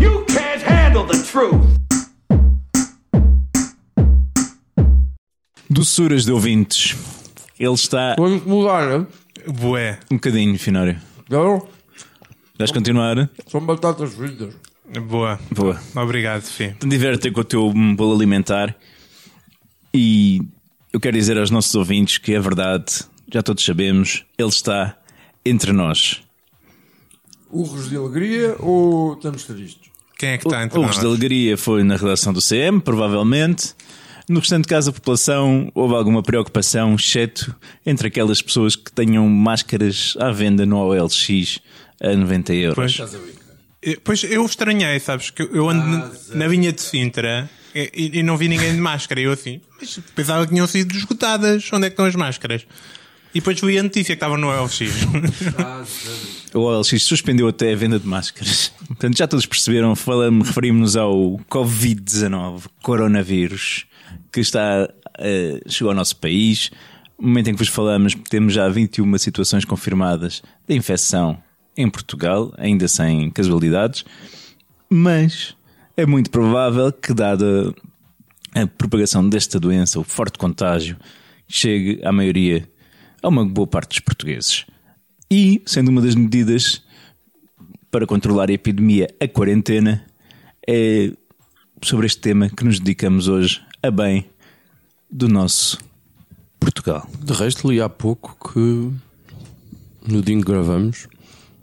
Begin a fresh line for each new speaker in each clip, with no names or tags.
You can't handle the truth.
Doçuras de ouvintes. Ele está
Vamos mudar, né?
Bué.
um bocadinho, Finório.
Então,
Não?
Vais continuar?
São batatas fritas.
Boa.
Boa.
Obrigado, Fih.
Diverte com o teu hum, bolo alimentar. E eu quero dizer aos nossos ouvintes que é verdade, já todos sabemos, ele está entre nós.
Urros de alegria ou estamos tristes?
Quem é que está entre
O Urros
nós?
de Alegria foi na redação do CM, provavelmente. No restante caso, a população houve alguma preocupação, exceto entre aquelas pessoas que tenham máscaras à venda no OLX a 90 euros.
Pois,
Estás a ver, cara?
eu- pois eu estranhei, sabes? Que eu ando na- na vinha de Sintra e, e- e não vi ninguém de máscara. E Eu assim, mas pensava que tinham sido esgotadas. Onde é que estão as máscaras? E depois vi a notícia que estavam no LX.
Estás a ver.
O OLX suspendeu até a venda de máscaras. Portanto, já todos perceberam, falamos- referimos-nos ao Covid-19, coronavírus, que está, eh, chegou ao nosso país. No momento em que vos falamos, temos já 21 situações confirmadas de infecção em Portugal, ainda sem casualidades, mas é muito provável que, dada a propagação desta doença, o forte contágio, chegue à maioria, a uma boa parte dos portugueses. E, sendo uma das medidas para controlar a epidemia, a quarentena, é sobre este tema que nos dedicamos hoje a bem do nosso Portugal.
De resto, li há pouco que no dia em que gravamos,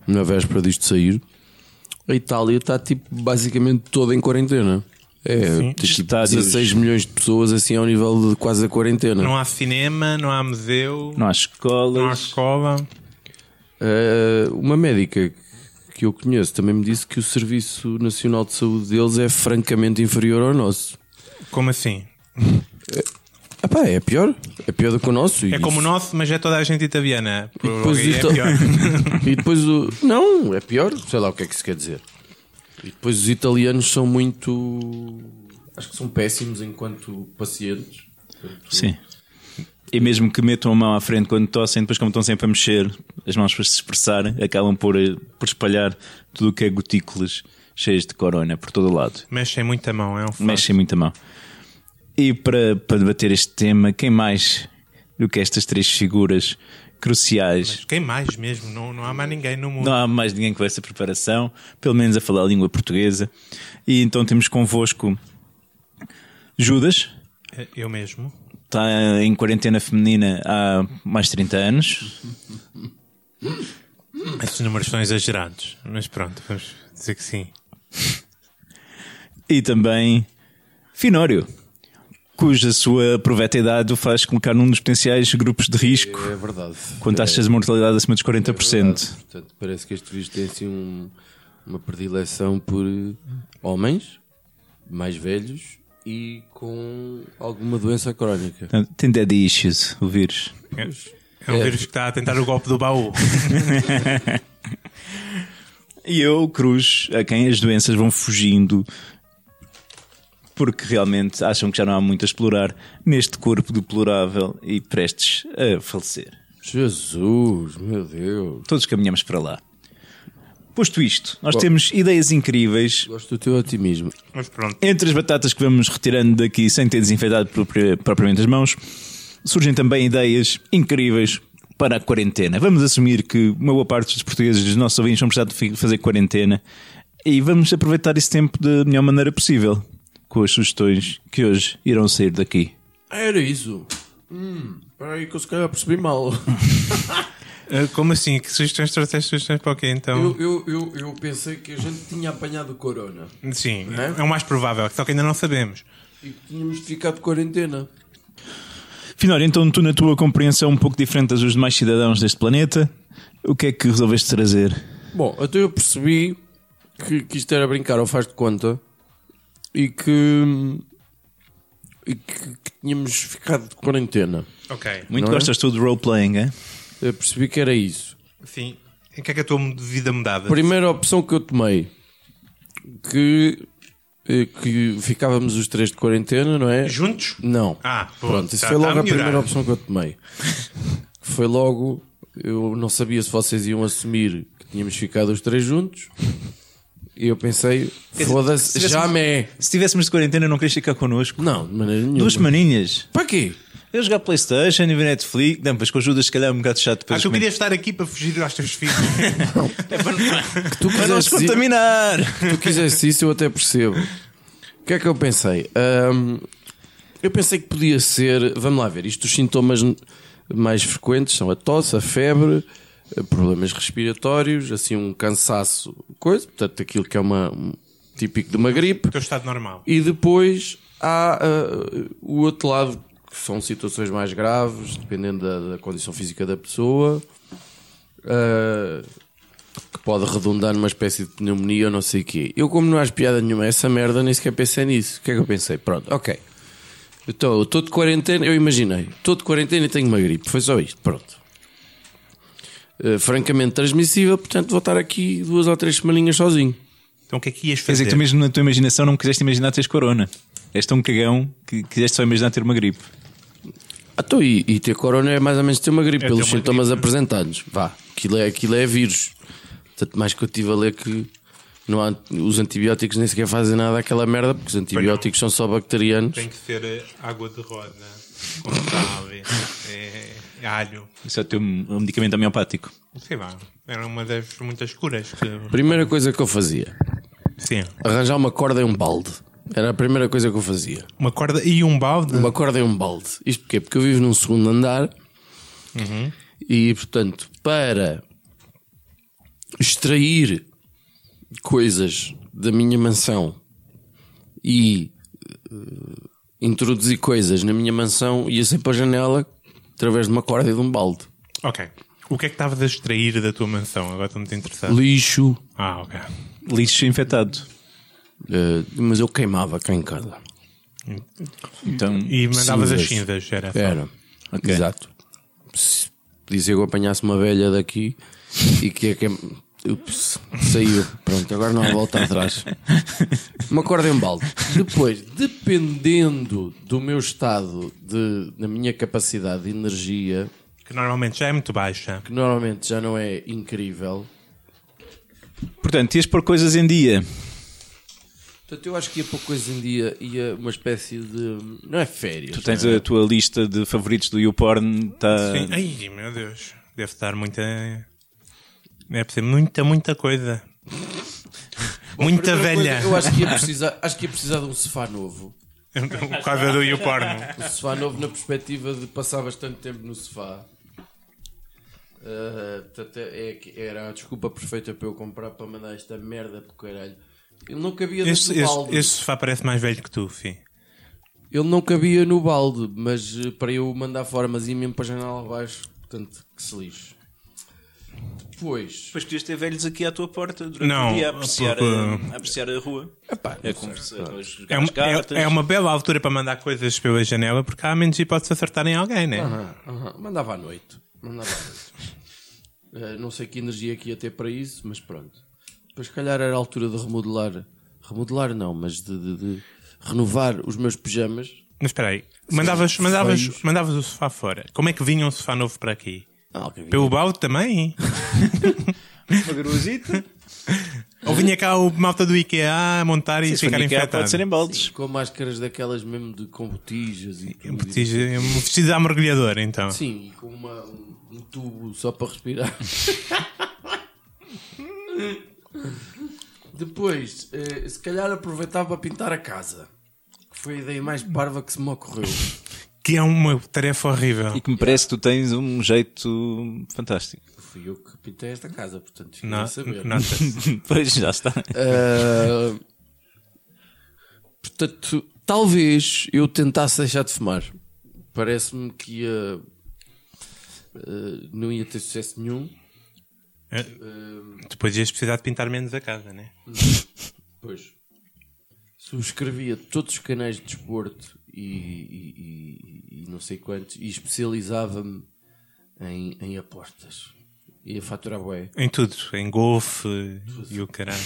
na véspera disto sair, a Itália está tipo basicamente toda em quarentena. É, tem, tipo,
Estádios.
16 milhões de pessoas assim ao nível de quase a quarentena.
não há cinema, não há museu,
Não há escolas.
não há escola.
Eh, uma médica que eu conheço também me disse que o Serviço Nacional de Saúde deles é francamente inferior ao nosso.
Como assim?
Epá, é pior. É pior do que o nosso.
É como o nosso, mas é toda a gente italiana.
depois
É
ita-
pior.
E depois o. Não, é pior. Sei lá o que é que isso quer dizer. E depois os italianos são muito. Acho que são péssimos enquanto pacientes.
Sim. E mesmo que metam a mão à frente quando tossem, depois, como estão sempre a mexer, as mãos para se expressar, acabam por, eh, por espalhar tudo o que é gotículas cheias de corona por todo o lado.
Mexem muita mão, é um fato.
mexem muito a mão. E para, para debater este tema, quem mais do que estas três figuras cruciais?
Quem mais mesmo? Não, não há mais ninguém no mundo.
Não há mais ninguém com essa preparação, pelo menos a falar a língua portuguesa. E então temos convosco Judas,
Eu mesmo.
está em quarentena feminina há mais de 30 anos.
Esses números são exagerados, mas pronto, vamos dizer que sim.
E também Finório, cuja sua proveta idade o faz colocar num dos potenciais grupos de risco,
É verdade. É
com taxas de mortalidade acima dos 40%.
Portanto, parece que este vírus tem assim um- uma predileção por eh, homens mais velhos e com alguma doença crónica.
Portanto, Tem dead issues, o vírus.
É um vírus que está a tentar o golpe do baú.
E eu, Cruz, a quem as doenças vão fugindo porque realmente acham que já não há muito a explorar neste corpo deplorável e prestes a falecer.
Jesus, meu Deus.
Todos caminhamos para lá. Posto isto, nós temos ideias incríveis
Gosto do teu otimismo.
Mas pronto,
Entre as batatas que vamos retirando daqui sem ter desinfetado propria- propriamente as mãos, surgem também ideias incríveis para a quarentena. Vamos assumir que uma boa parte dos portugueses dos nossos ouvintes vão precisar de fi- fazer quarentena e vamos aproveitar esse tempo da melhor maneira possível com as sugestões que hoje irão sair daqui.
Ah, era isso. Hum, peraí que eu se calhar percebi mal.
Ah, como assim? Que sugestões trouxeste sugestões para o quê então?
Eu, eu, eu, eu pensei que a gente tinha apanhado o corona
Sim,
Não?
é o mais provável, só que ainda não sabemos.
e que tínhamos de ficar de quarentena.
Finório, então tu, na tua compreensão um pouco diferente das dos demais cidadãos deste planeta, o que é que resolveste trazer?
Bom, até eu percebi que, que isto era brincar ou faz de conta e que, e que, que tínhamos ficado de quarentena.
Ok.
Muito
Não é?
gostas tu de role-playing, é?
Eu percebi que era isso.
Sim. Em que é que é a tua vida mudada?
Primeira opção que eu tomei que eh, que ficávamos os três de quarentena, não é?
Juntos?
Não.
Ah, pô,
Pronto, isso
tá-
foi
tá
logo a,
a melhorar.
primeira opção que eu tomei. Foi logo. Eu não sabia se vocês iam assumir que tínhamos ficado os três juntos. E eu pensei,
dizer, se
foda-se,
tivéssemos-
um
já me é.
Se tivéssemos de quarentena, não querias ficar connosco.
Não, de maneira nenhuma.
Duas maninhas.
Para quê?
Eu jogar Playstation e ver Netflix. Não, mas com o Judas, se calhar é um bocado chato para
Ah, tu querias estar aqui para fugir aos teus filhos. é
Que tu
Para não se
quisesse ir-
contaminar.
tu quisesse isso, eu até percebo. O que é que eu pensei? Ahm, eu pensei que podia ser. Vamos lá ver, isto os sintomas n- mais frequentes são a tosse, a febre, eh, problemas respiratórios, assim um cansaço, coisa, portanto, aquilo que é uma, um- típico de uma gripe.
o teu estado normal.
E depois há ah, o outro lado, que são situações mais graves, dependendo da, da condição física da pessoa, ah, que pode redundar numa espécie de pneumonia ou não sei o quê. Eu, como não acho piada nenhuma a essa merda, nem sequer pensei nisso. O que é que eu pensei? Pronto, ok. Então, eu estou de quarentena, eu imaginei, estou de quarentena e tenho uma gripe, foi só isto, pronto. Ah, francamente transmissível, portanto vou estar aqui duas ou três semaninhas sozinho.
Então o que é que ias
Quer dizer,
fazer?
que tu mesmo na tua imaginação não quiseste imaginar teres corona. És tão cagão que quiseste só imaginar ter uma gripe.
Ah, Então, e, e ter corona é mais ou menos ter uma gripe,
É
pelos
ter uma
sintomas apresentados. Vá, aquilo é, aquilo é vírus. Tanto mais que eu estive a ler que não há, os antibióticos nem sequer fazem nada àquela merda, porque os antibióticos são só bacterianos.
Tem que ser eh, água de roda, com salve, eh, alho.
Isso é o teu um medicamento homeopático.
Sei lá, era uma das muitas curas que...
Primeira coisa que eu fazia,
Sim.
arranjar uma corda e um balde. Era a primeira coisa que eu fazia.
Uma corda e um balde.
Uma corda e um balde. Isto porquê? Porque eu vivo num segundo andar e, portanto, para extrair coisas da minha mansão e eh, introduzir coisas na minha mansão, ia sempre para a janela através de uma corda e de um balde.
Ok. O que é que estavas a extrair da tua mansão? Agora estou muito interessado.
Lixo,
Ah, ok.
Lixo infectado.
eh, mas eu queimava cá em casa.
Então,
E mandavas as
Cinzas. É.
cinzas, era só.
Era.
Ok.
Exato. Se- Podia ser que eu apanhasse uma velha daqui e que é que. Ups, saiu. Pronto, agora não há volta atrás. Uma corda em balde. Depois, dependendo do meu estado, de, da minha capacidade de energia,
Que normalmente já é muito baixa.
que normalmente já não é incrível,
portanto, ias pôr coisas em dia.
portanto, eu acho que ia para coisa em dia, ia uma espécie de. Não é férias.
Tu tens a tua lista de favoritos do YouPorn.
Ah.
Tá...
Sim. Ai, meu Deus. Deve estar muita. Deve ser muita, muita coisa. muita velha.
Primeira coisa, eu acho que, ia precisar, acho que ia precisar de um sofá novo.
Por causa do YouPorn.
sofá novo na perspectiva de passar bastante tempo no sofá. Ah, portanto, é que era a desculpa perfeita para eu comprar para mandar esta merda para o caralho. Ele não cabia
Este,
no
este,
balde.
este sofá parece mais velho que tu, fi.
Ele não cabia no balde, mas eh, para eu mandar fora, mas ia mesmo para a janela abaixo. Portanto, que se lixe. Depois,
Depois podias ter velhos aqui à tua porta durante
Não, o dia a apreciar porque-
a, apreciar a rua.
Epá,
É
não sei.
É, uma- é, é uma bela altura para mandar coisas pela janela porque há menos hipótese de acertar em alguém, né?
Aham, aham. mandava à noite. Mandava à noite. Eh, não sei que energia que ia ter para isso, mas pronto. Depois, se calhar, era a altura de remodelar. Remodelar, não, mas de, de- de renovar os meus pijamas.
Mas espera aí. Mandavas, mandavas,
feios.
mandavas o sofá fora. Como é que vinha um sofá novo para aqui?
Ah, alguém vinha.
Pelo balde também? Ou vinha cá o malta do IKEA a montar e ficar infectado?
Pode ser em baldes.
Com máscaras daquelas mesmo de com botijas e tudo.
Preciso- um vestido de amorgulhador, então.
Sim, e com uma- um, um tubo só para respirar. Depois, eh, se calhar aproveitava para pintar a casa. Que foi a ideia mais parva que se me ocorreu.
Que é uma tarefa horrível.
E que me parece que tu tens um jeito fantástico.
Fui eu que pintei esta casa, portanto, fiquei
No,
a saber.
Ah, nota.
pois já está.
Ah, portanto, talvez eu tentasse deixar de fumar. Parece-me que ia, ah, não ia ter sucesso nenhum.
Depois ias precisar de pintar menos a casa, né?
Pois. Subscrevia todos os canais de desporto e, e- e- e não sei quantos e especializava-me em, em apostas. Ia faturar bué.
Em tudo. Em golfe e o caralho.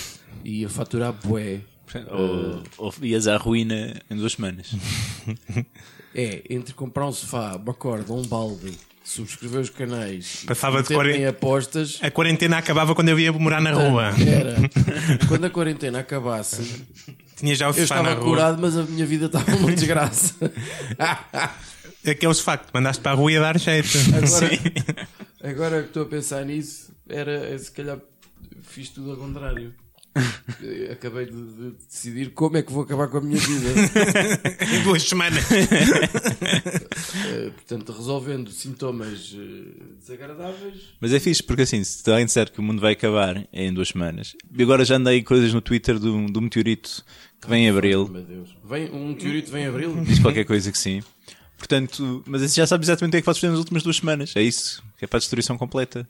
Ia faturar bué.
Ou, ou ias à ruína em duas semanas.
É, entre comprar um sofá, uma corda, um balde, subscrever os canais,
Passava de
meter-me
40
em apostas,
A quarentena acabava quando eu ia morar na rua.
era. Quando a quarentena acabasse,
Tinha já o
eu
sofá na
estava
rua.
curado, mas a minha vida estava uma desgraça.
Aquele sofá É que te mandaste para a rua ia dar jeito.
Agora, agora que estou a pensar nisso, era é, se calhar fiz tudo ao contrário. Eu Acabei de, de decidir como é que vou acabar com a minha vida.
em duas semanas.
Eh, Portanto, resolvendo sintomas eh, desagradáveis.
Mas é fixe, porque assim, se alguém disser que o mundo vai acabar em duas semanas. E agora já andei coisas no Twitter do, do meteorito que vem em abril.
Meu Deus. Vem, um teorito vem em abril?
Diz qualquer coisa que sim. Portanto, mas esse já sabes exatamente o que é que podes fazer nas últimas duas semanas. É isso. Que é para a destruição completa.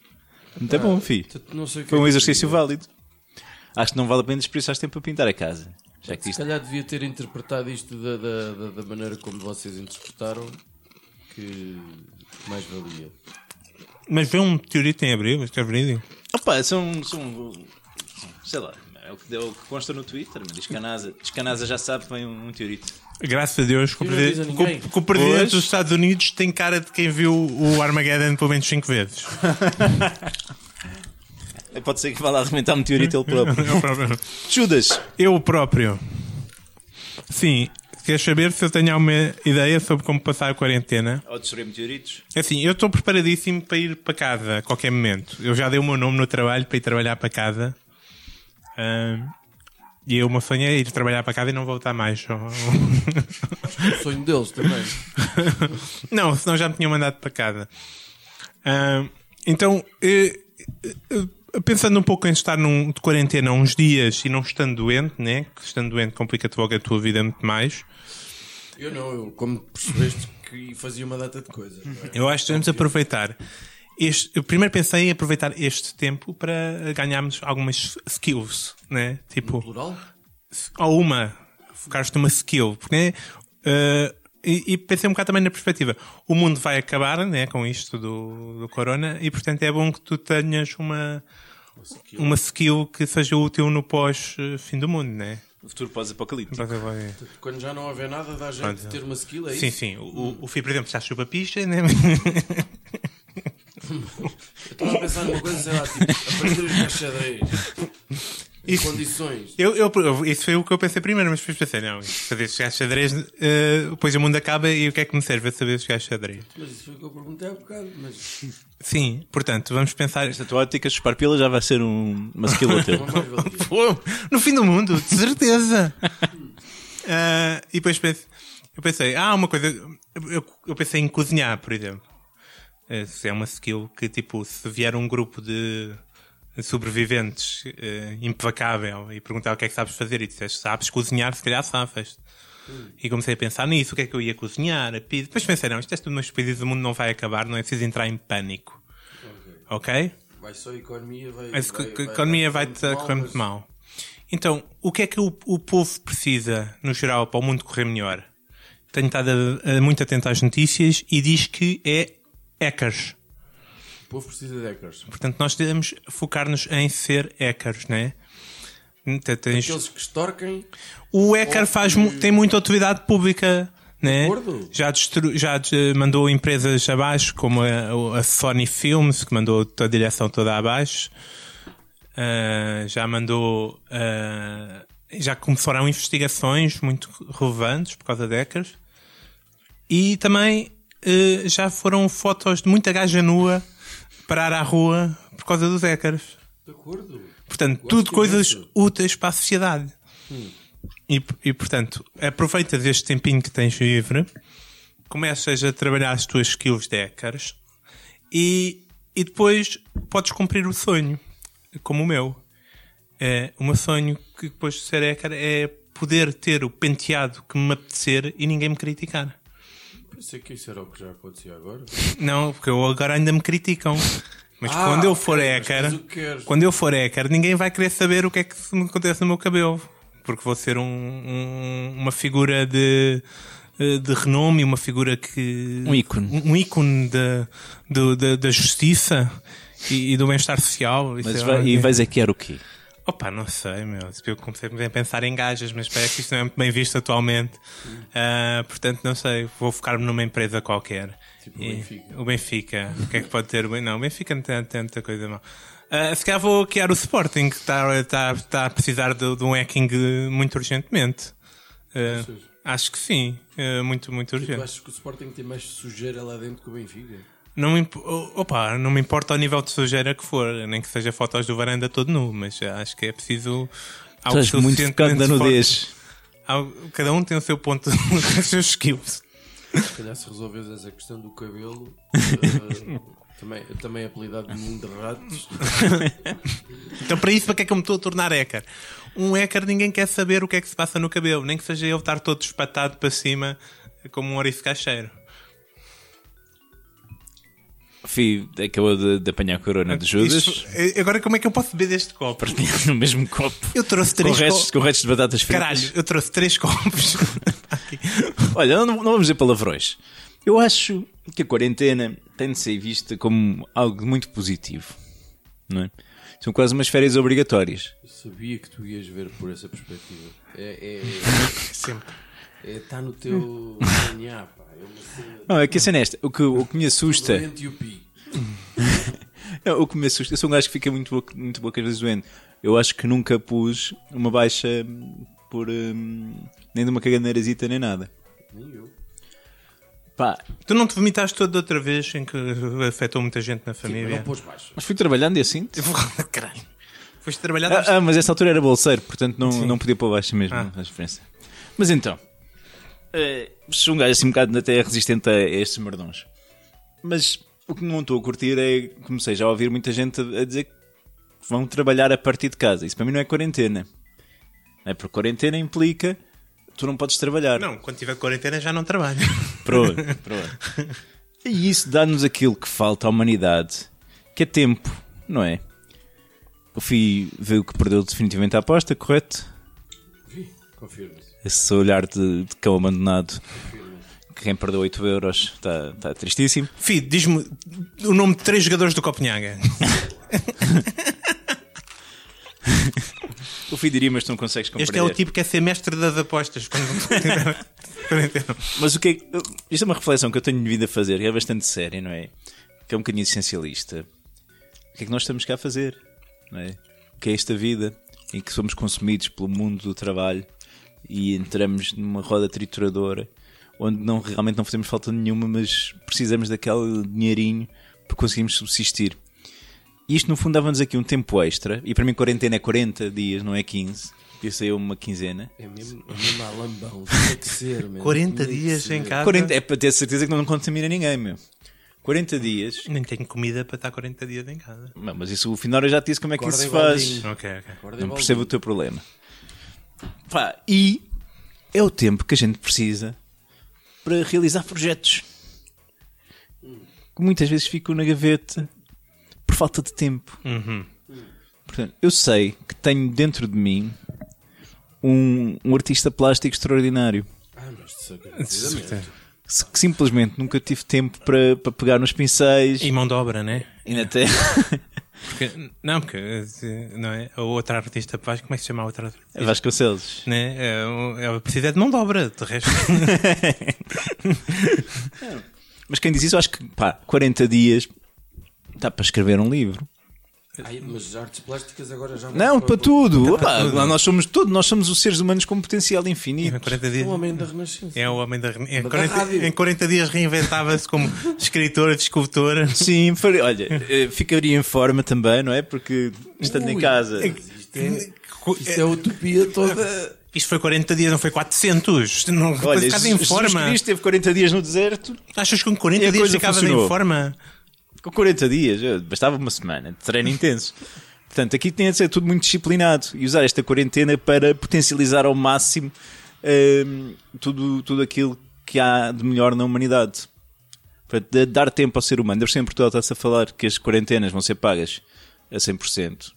Muito é bom, fi.
Ah, Não sei o que
Foi
é
um
que
exercício
seria.
válido. Acho que não vale a pena desperdiçar tempo a pintar a casa. Já É que
Se
isto.
calhar devia ter interpretado isto da, da- da- da maneira como vocês interpretaram, que mais valia.
Mas vê um meteorito em abril, isto é verídico.
Opa, são. são sei lá. É o que, é o que consta no Twitter. Mas diz que a NASA, diz que a NASA já sabe que vem um meteorito.
Graças a Deus que o,
Eu não
presiden-
diz a
que o-
ninguém.
que o presidente
Pois.
dos Estados Unidos tem cara de quem viu o Armageddon pelo menos 5 vezes.
Pode ser que vá lá arrebentar um meteorito ele próprio.
Eu próprio.
Judas!
Eu próprio. Sim, queres saber se eu tenho alguma ideia sobre como passar a quarentena?
Ou destruir meteoritos?
É Assim, eu estou preparadíssimo para ir para casa a qualquer momento. Eu já dei o meu nome no trabalho para ir trabalhar para casa. Ahm, e eu, o meu sonho é ir trabalhar para casa e não voltar mais.
O sonho deles também.
Não, senão já me tinham mandado para casa. Ah, então, eh, eh, eh, pensando um pouco em estar num, de quarentena uns dias e não estando doente, né? Que estando doente complica-te logo a tua vida muito mais.
Eu não, eu, como percebeste que fazia uma data de coisas. não é?
Eu acho que devemos aproveitar. Este, eu primeiro pensei em aproveitar este tempo para ganharmos algumas skills, né? Tipo,
Plural?
ou uma, focares-te numa skill, porque né, eh, e, e pensei um bocado também na perspectiva. O mundo vai acabar né, com isto do, do corona e portanto é bom que tu tenhas uma, uma skill que seja útil no pós eh, fim do mundo, né?
O futuro pós-apocalíptico.
Quando já não houver nada, dá gente
Pronto.
ter uma skill, é
Sim,
isso?
sim. O, o Fih, por exemplo, já chupa picha, né?
Eu estava a pensar numa coisa, sei lá, tipo, aprender os gajos de xadrez. Em
Isso.
condições.
Eu, eu- eu- isso foi o que eu pensei primeiro, mas depois pensei, não, isso, fazer chegar xadrez, eh, depois o mundo acaba e o que é que me serve a saber chegar xadrez?
Mas isso foi o que eu perguntei há bocado, mas
Sim, portanto, vamos pensar.
Esta tua ótica de chupar pila já vai ser um, uma skill útil.
não mais valia.
Pô, no fim do mundo, de certeza. Ah, e depois pense- eu pensei, ah, uma coisa, eu, eu pensei em cozinhar, por exemplo. Eh, se é uma skill que, tipo, se vier um grupo de sobreviventes eh, impecável e perguntar o que é que sabes fazer e disseste, sabes cozinhar, se calhar sabes. E comecei a pensar nisso, o que é que eu ia cozinhar, a pizza. Depois pensei, não, isto é tudo uma estupidez, o mundo não vai acabar, não é preciso entrar em pânico. Ok?
Vai só a economia, vai.
A
vai- vai-
economia vai-te a correr muito
mas-
mal. Então, o que é que o, o povo precisa, no geral, para o mundo correr melhor? Tenho estado a- a muito atento às notícias e diz que é hackers.
O povo precisa de hackers.
Portanto, nós devemos focar-nos em ser hackers, né? Então, tens-
Aqueles que estorquem,
O hacker faz, mu- tem muita autoridade pública, né?
acordo.
Já, destru- já de- mandou empresas abaixo, como a, a Sony Films, que mandou a direção toda abaixo. Ah, já mandou. ah, já começaram investigações muito relevantes por causa de hackers. E também eh, já foram fotos de muita gaja nua parar à rua por causa dos hackers.
de acordo.
Portanto,
é
tudo coisas
imenso.
úteis para a sociedade. E, e, portanto, aproveitas este tempinho que tens livre, começas a trabalhar as tuas skills de hackers e, e depois podes cumprir o sonho, como o meu. É, o meu sonho que depois de ser hacker é poder ter o penteado que me apetecer e ninguém me criticar.
Pensei que isso era o que já acontecia agora.
Não, porque eu agora ainda me criticam. Mas
Ah,
quando eu for
ok, mas
hacker,
tens o que queres.
quando eu for hacker, ninguém vai querer saber o que é que se me acontece no meu cabelo. Porque vou ser um- um- uma figura de, eh, de renome, uma figura que.
Um ícone.
Um, um ícone da- do- da- da justiça e, e do bem-estar social. e
Mas
sei
vai-
lá o
e
quê.
vais a querer o quê?
Opa, não sei, meu. Eu comecei a pensar em gajas, mas parece que isto não é muito bem visto atualmente. Ah, portanto, não sei. Vou focar-me numa empresa qualquer. Tipo o Benfica. O Benfica. O que é que pode ter? o Ben- Não, o Benfica não tem tanta coisa mal. Ah, se calhar vou hackear o Sporting, que está está- está a precisar de, de um hacking muito urgentemente. Ah, acho que sim. Ah, muito, muito
Tu
urgente.
achas que o Sporting tem mais sujeira lá dentro que o Benfica?
Não me, imp- o- opa, não me importa o nível de sujeira que for, nem que seja fotos do varanda todo nu, mas acho que é preciso.
Tu
algo
és muito focado na
suficientemente forte.
nudez.
Algo- Cada um tem o seu ponto, os seus skills.
Se calhar se resolves essa questão do cabelo, eh, também, também apelidado de mundo de ratos.
Então, para isso, para que é que eu me estou a tornar hacker? Um hacker, ninguém quer saber o que é que se passa no cabelo, nem que seja eu estar todo espatado para cima como um ouriço cacheiro.
Fih, acabou de, de apanhar a
Ah,
corona de Judas.
Isto- agora, como é que eu posso beber deste copo?
No mesmo copo.
Eu trouxe
Com
três
restos,
copos.
com restos de batatas fritas.
Caralho, eu trouxe três copos. Aqui.
Olha, não, não vamos dizer palavrões. Eu acho que a quarentena tem de ser vista como algo muito positivo. Não é? São quase umas férias obrigatórias.
Eu sabia que tu ias ver por essa perspectiva. É,
Sempre.
está no teu DNA, pá. É uma cena
Não, é que a cena é esta. O que, o que me assusta.
doente e o pi.
Não, o que me assusta. Eu sou um gajo que fica muito, boca- muito poucas vezes doente. Eu acho que nunca pus uma baixa hum, por. hum, nem de uma caganeirasita nem nada.
Nem eu.
Pá,
Tu não te vomitaste todo de outra vez em que afetou muita gente na
Mas
família?
não pôs baixo.
mas fui trabalhando e assim.
Caralho. Foste trabalhar
Ah,
deste-
ah, mas esta altura era bolseiro, portanto não, não podia pôr baixo mesmo,
Ah.
a diferença. Mas então, eh, sou um gajo assim um bocado até resistente a estes merdões. Mas o que não estou a curtir é, comecei já a ouvir muita gente a, a dizer que vão trabalhar a partir de casa. Isso para mim não é quarentena. É porque quarentena implica tu não podes trabalhar.
Não, quando tiver quarentena já não trabalho.
Pronto, pronto. E É isso dá-nos aquilo que falta à humanidade, que é tempo, não é? O Fih viu que perdeu definitivamente a aposta, correto?
Vi, confirma-se.
Esse olhar de, de cão abandonado. Quem perdeu 8 euros está está tristíssimo.
Fih, diz-me o nome de três jogadores do Copenhaga.
O Fih diria, mas tu não consegues compreender.
Este é o tipo que quer ser mestre das apostas quando tiver quarentena.
Mas o que é que- eu- Isto é uma reflexão que eu tenho vindo a fazer, que é bastante séria, não é? Que é um bocadinho essencialista. O que é que nós estamos cá a fazer? Não é? O que é esta vida em que somos consumidos pelo mundo do trabalho e entramos numa roda trituradora onde não, realmente não fazemos falta nenhuma, mas precisamos daquele dinheirinho para conseguirmos subsistir. E isto, no fundo, dava-nos aqui um tempo extra. E para mim, quarentena é 40 dias, não é 15. Isso aí é uma quinzena.
É mesmo, é mesmo a lambão. Tinha que ser, mesmo.
40
Tinha que
dias
ser.
em casa.
40, é para ter certeza que não contamina ninguém, meu. 40 dias.
Nem tenho comida para estar 40 dias em casa.
Não, Mas isso, o final eu já te disse como é que
Acorda
isso se
igual
faz.
dinho.
Ok, ok.
Acorda
Não
e
percebo o
volta.
teu problema. Pá, e é o tempo que a gente precisa para realizar projetos que muitas vezes ficam na gaveta por falta de tempo. Portanto, eu sei que tenho dentro de mim um, um artista plástico extraordinário
Ah, mas isso é precisamente.
se- que simplesmente nunca tive tempo para, para pegar nos pincéis
E mão de obra, né?
e na até
Porque, não, porque eh, não é? a outra artista, paz, como é que se chama a outra artista?
Vasconcelos.
Né? É, um- Ela precisa é de mão de obra, de resto.
Mas quem diz isso, eu acho que pá, 40 dias dá para escrever um livro.
Ai, mas artes plásticas agora já
Não,
para-
para tudo. É Opa, lá Nós somos todos, nós somos os seres humanos com potencial infinito.
40
Um
dias.
homem da Renascença.
É o homem da. Em
da
40,
rádio.
em 40 dias reinventava-se como escritora, de escultora.
Sim, faria- olha, eh, ficaria em forma também, não é? Porque estando em casa.
Isso é a utopia toda.
Isto foi 40 dias, não foi 400. Não,
Olha,
ficava em
Jesus
forma.
Cristo teve 40 dias no deserto.
Achas que com
E a
40 dias
coisa
ficavas
funcionou.
em forma?
Com 40 dias, eh, bastava uma semana de treino intenso. Portanto, aqui tem de ser tudo muito disciplinado e usar esta quarentena para potencializar ao máximo ehm, tudo, tudo aquilo que há de melhor na humanidade. Para de- dar tempo ao ser humano. Deve sempre Portugal está-se a falar que as quarentenas vão ser pagas a 100%.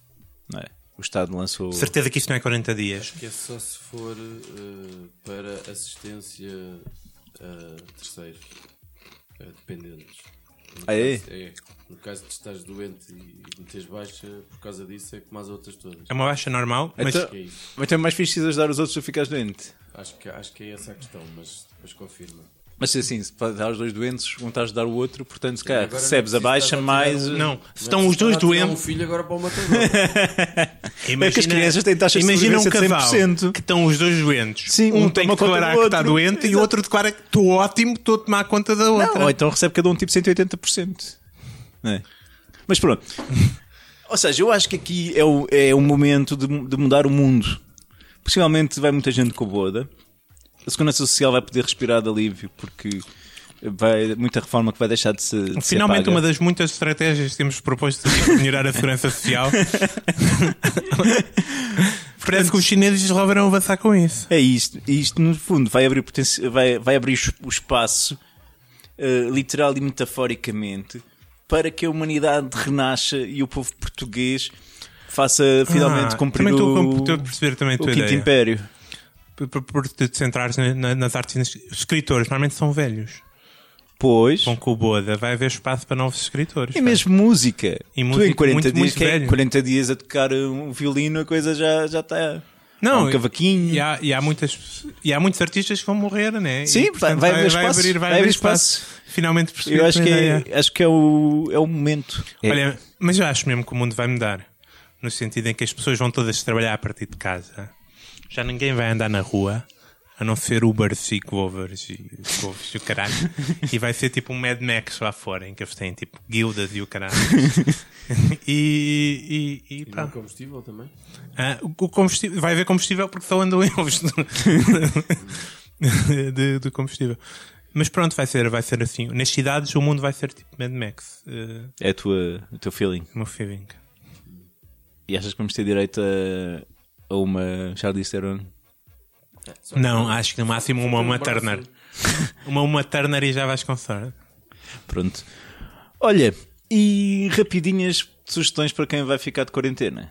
Não é? O Estado lançou.
Certeza que isto não é 40 dias.
Que é só se for eh, para assistência a terceiros, a É, dependentes.
Ah, é?
É. No caso de estás doente e e metes baixa, por causa disso é como as outras todas.
É uma baixa normal, mas
Então,
que é isso.
então é mais fixe de ajudar os outros a ficar doente.
Acho que, acho que é essa a questão, mas depois confirma.
Mas se assim, se para dar os dois doentes, um está a ajudar o outro, portanto, se calhar
Agora
recebes
não
a baixa
precisas de
mais.
atirar um-
não. Se estão os dois
Estava a tirar um
doentes.
filho agora para o matador. é
Imagina,
as crianças têm taxas de
imagina um
sobrevivência de
casal
100%.
que estão os dois doentes.
Sim, um
um tem
toma
que
conta do
declarar que está
outro.
doente e o
Exato.
outro declara que estou ótimo, estou a tomar conta da outra.
Não, ou então recebe cada um tipo 180%. Não é? Mas pronto. Ou seja, eu acho que aqui é o, é o momento de, de mudar o mundo. Possivelmente vai muita gente com boda. A Segurança Social vai poder respirar de alívio porque vai muita reforma que vai deixar de se. de ser
Finalmente,
paga.
uma das muitas estratégias que temos proposto para melhorar a segurança social. Parece que os chineses resolveram avançar com isso.
É isto. E isto, no fundo, vai abrir, poten- vai, vai abrir es- o espaço, eh, literal e metaforicamente, para que a humanidade renasça e o povo português faça finalmente
Ah,
cumprir
também estou a
o,
comp- estou a perceber também a
o
tua
Quinto
ideia.
Império.
Por, por- por te centrares na- na- nas artes, nos escritores, normalmente são velhos.
Pois.
Vão com o Boda, vai haver espaço para novos escritores.
E É mesmo música.
E
tu
música
em 40
muito,
dias,
muito
que é
velho.
40 dias a tocar um violino, a coisa já já está.
Não,
um cavaquinho.
E há, e há muitas, e há muitos artistas que vão morrer, né?
Sim,
e, portanto,
vai- vai haver espaço, vai haver
Finalmente percebi.
Eu acho
a
que,
tua ideia.
é, acho que é o, é o momento. É.
Olha, mas eu acho mesmo que o mundo vai mudar. No sentido em que as pessoas vão todas trabalhar a partir de casa. Já ninguém vai andar na rua. A não ser Ubers e Clovers e Clovers e o caralho. E vai ser tipo um Mad Max lá fora, em que eles têm tipo guildas e o caralho. e, e, e
E não
pá.
combustível também.
Ah, o combustível, vai haver combustível porque só andam eles do, de- do combustível. Mas pronto, vai ser, vai ser assim. Nas cidades o mundo vai ser tipo Mad Max. eh,
É a tua, o teu feeling.
o meu feeling.
E achas que vamos ter direito a, a uma Charlize Theron?
Não, acho que no máximo
um
uma uma Turner. Uma uma Turner e já vais com sorte.
Pronto. Olha, e rapidinhas sugestões para quem vai ficar de quarentena.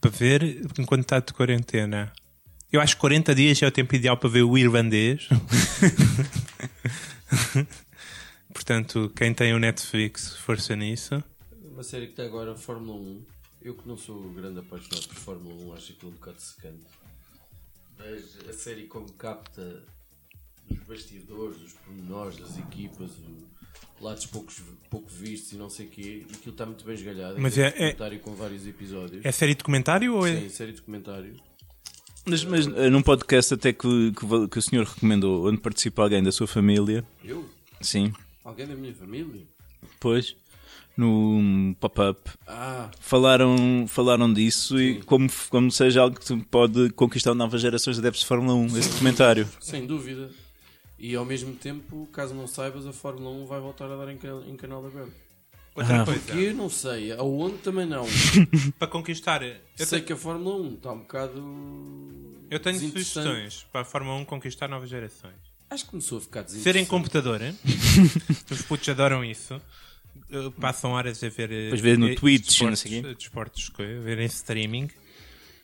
Para ver enquanto está de quarentena. Eu acho que 40 dias é o tempo ideal para ver o irlandês. Portanto, quem tem o Netflix, força nisso.
Uma série que está agora, Fórmula 1. Eu que não sou grande apaixonado por Fórmula 1, acho aquilo um bocado secante. Mas a série como capta os bastidores, os pormenores das equipas, o- lados poucos, pouco vistos e não sei o quê, e aquilo está muito bem esgalhado.
Mas
Aquele
é- é-
documentário com vários episódios.
É série de comentário ou é?
Sim, série de comentário.
Mas, mas eh, num podcast até que, que, vo- que o senhor recomendou, onde participa alguém da sua família.
Eu?
Sim,
Alguém da minha família?
pois. Num pop-up.
Ah,
Falaram, falaram disso e como, como seja algo que pode conquistar novas gerações de adeptos de Fórmula 1, esse documentário.
sem dúvida. E ao mesmo tempo, caso não saibas, a Fórmula 1 vai voltar a dar em, can em canal aberto.
Outra coisa.
Que eu não sei, aonde também não.
Para conquistar. Eu,
Eu sei é
te-
que a Fórmula 1 está um bocado.
eu tenho
desinteressante.
sugestões para a Fórmula 1 conquistar novas gerações.
Acho que começou a ficar
Ser em
desinteressante.
computador, hein? os putos adoram isso. Uh, Passam horas a ver. eh,
Depois ver no
eh,
Twitch,
desportos-
não sei o quê.
eh, desportos, co- ver em streaming.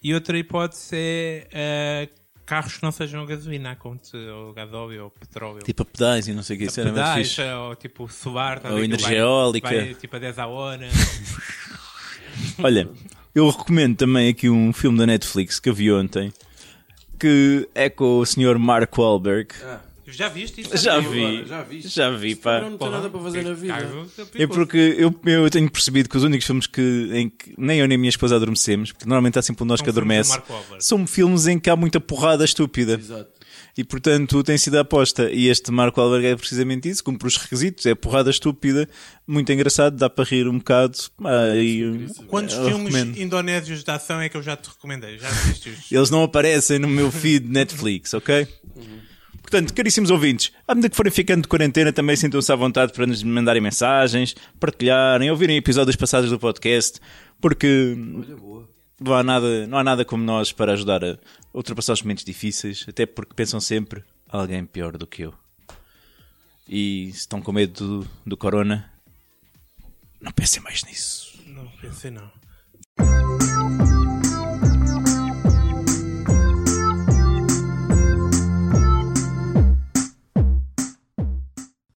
E outra hipótese é eh, carros que não sejam a gasolina, a conte, ou gasóleo, ou petróleo.
Tipo a pedais e não sei o que, isso era mais
Pedais,
fixe.
ou tipo solar, tá a
Ou
ver que
energia
vai-
eólica.
vai, tipo a 10 à hora.
Olha, eu recomendo também aqui um filme da Netflix que eu vi ontem, que é com o senhor Mark Wahlberg.
Ah,
Já viste isso?
Já
vi
vi,
agora, já vi.
já vi,
eu não
pá.
tenho nada para fazer na vida.
É porque eu, eu tenho percebido que os únicos filmes que, em que nem eu nem a minha esposa adormecemos, porque normalmente há sempre um de nós
São
que
filmes do
adormece,
Mark Wahlberg.
são filmes em que há muita porrada estúpida.
Exato.
E portanto tem sido a aposta. E este Marco Albergue é precisamente isso, cumpre os requisitos, é porrada estúpida, muito engraçado, dá para rir um bocado. Ah,
É
e-
Quantos
eu
filmes
recomendo.
indonésios de ação é que eu já te recomendei? Já assistes?
Eles não aparecem no meu feed de Netflix, ok? Portanto, caríssimos ouvintes, à medida que forem ficando de quarentena, também sintam-se à vontade para nos mandarem mensagens, partilharem, ouvirem episódios passados do podcast, porque
Olha, boa.
não há nada, não há nada como nós para ajudar a ultrapassar os momentos difíceis, até porque pensam sempre alguém pior do que eu. E se estão com medo do, do corona, não pensem mais nisso.
não, pensei não.